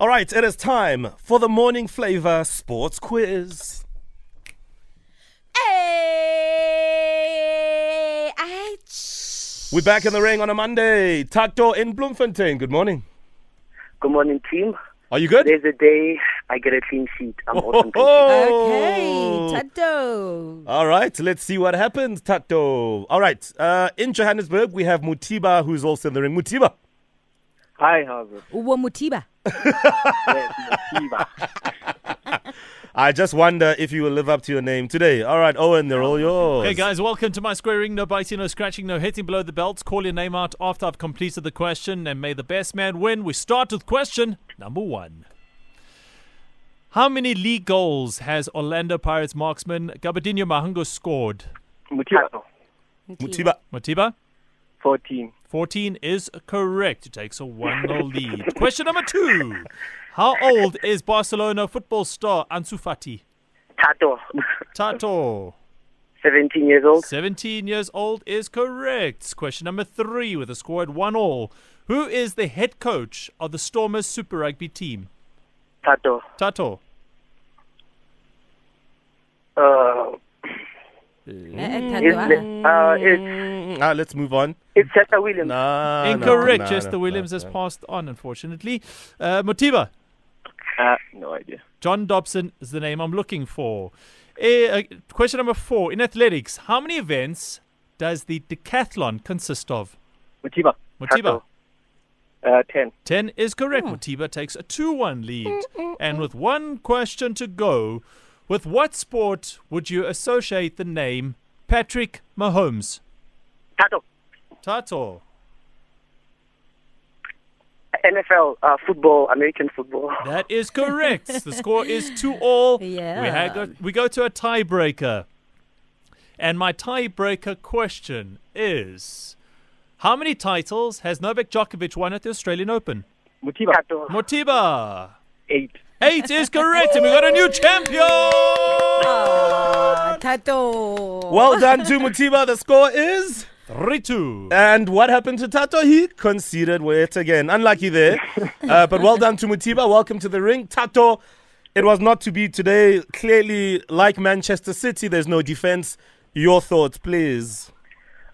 All right, it is time for the morning flavor sports quiz. Hey, ouch. We're back in the ring on a Monday. Tato in Bloemfontein. Good morning. Good morning, team. Are you good? There's a day I get a clean sheet. I'm awesome. Thank you. Oh. Okay, Tato. All right, let's see what happens, Tato. All right, uh, in Johannesburg, we have Mutiba, who's also in the ring. Mutiba. Hi, Harvard. Uwo Mutiba. Yes, Matiba. I just wonder if you will live up to your name today. All right, Owen, they're all yours. Hey guys, welcome to my square ring. No biting, no scratching, no hitting below the belt. Call your name out after I've completed the question, and may the best man win. We start with question number one. How many league goals has Orlando Pirates marksman Gabadinho Mahango scored? Matiba. Mutiba. Matiba, 14. 14 is correct. It takes a 1 0 lead. Question number two. How old is Barcelona football star Ansu Fati? Tato. Tato. 17 years old. 17 years old is correct. Question number three with a score at one all. Who is the head coach of the Stormers Super Rugby team? Tato. Tato. Uh, Eh, ah. is, uh, is, Mm, ah, let's move on. it's Chester Williams. Nah, Incorrect. nah, Chester nah, Williams nah, has nah. passed on, unfortunately. Uh, Motiba. Uh, no idea. John Dobson is the name I'm looking for. Eh, uh, question number four. In athletics, how many events does the decathlon consist of? Matiba. Motiba. Uh, 10. 10 is correct. Mutiba takes a 2 1 lead. And with one question to go, with what sport would you associate the name Patrick Mahomes? Tato. Tato. NFL, uh, football, American football. That is correct. the score is 2 all. We, Yeah. ha- go- we go to a tiebreaker. And my tiebreaker question is How many titles has Novak Djokovic won at the Australian Open? Matiba. Tato. Motiba. 8. Eight is correct, and we got a new champion! Ah, Tato. Well done to Mutiba. The score is. 3 2. And what happened to Tato? He conceded yet again. Unlucky there. Uh, but well done to Mutiba. Welcome to the ring. Tato, it was not to be today. Clearly, like Manchester City, there's no defense. Your thoughts, please.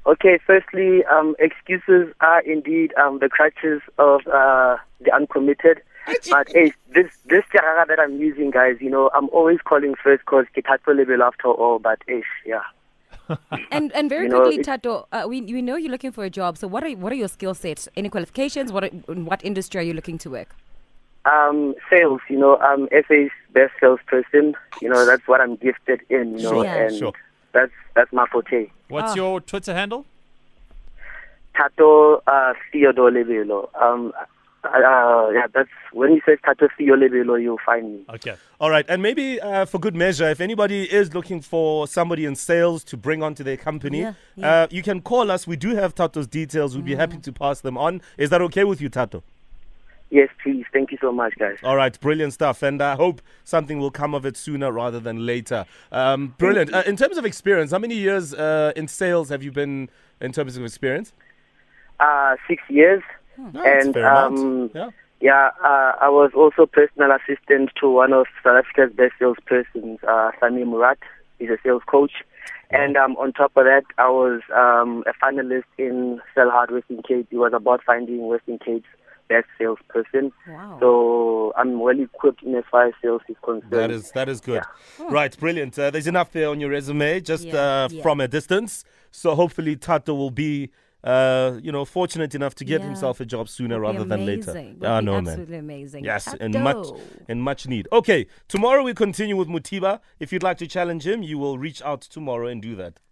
Okay, firstly, um, excuses are indeed um, the crutches of uh, the uncommitted. But hey, this this jarara that I'm using, guys, you know, I'm always calling first because Kitato level after all. But ish, yeah, And and very You know, quickly, it- Tato, uh, we we know you're looking for a job. So what are what are your skill sets? Any qualifications? What are, in what industry are you looking to work? um, sales, you know, I'm SA's best salesperson. You know, that's what I'm gifted in. You know, Sure, and sure. that's that's my forte. What's Ah. your Twitter handle? Tato uh, Theodore Lebelo. Um, uh, uh, yeah, that's when you search Tato Theodore Lebelo, you'll find me. Okay. All right, and maybe uh, for good measure, if anybody is looking for somebody in sales to bring onto their company, Yeah, Mm. Uh, you can call us. We do have Tato's details. We'd be happy to pass them on. Is that okay with you, Tato? Yes, please. Thank you so much, guys. All right, brilliant stuff, and I hope something will come of it sooner rather than later. Um, brilliant. Uh, in terms of experience, how many years uh, in sales have you been in terms of experience? uh, six years. No, Hmm. that's and fair amount. um, yeah. yeah, uh, I was also personal assistant to one of South Africa's best salespersons, uh, Sami Murat. He's a sales coach. And um, on top of that, I was um, a finalist in Sell Hard Western Cape. It was about finding Western Cape's best salesperson. Wow. So I'm well equipped in as far as sales is concerned. That is that is good. Right, brilliant. Uh, there's enough there on your resume, just Yeah, uh, yeah. from a distance. So hopefully Tato will be, uh, you know, fortunate enough to get Yeah. himself a job sooner Would be rather than later. amazing. Would Ah, be no, man. absolutely amazing. Yes, Tato. and much and much need. Okay, tomorrow we continue with Mutiba. If you'd like to challenge him, you will reach out tomorrow and do that.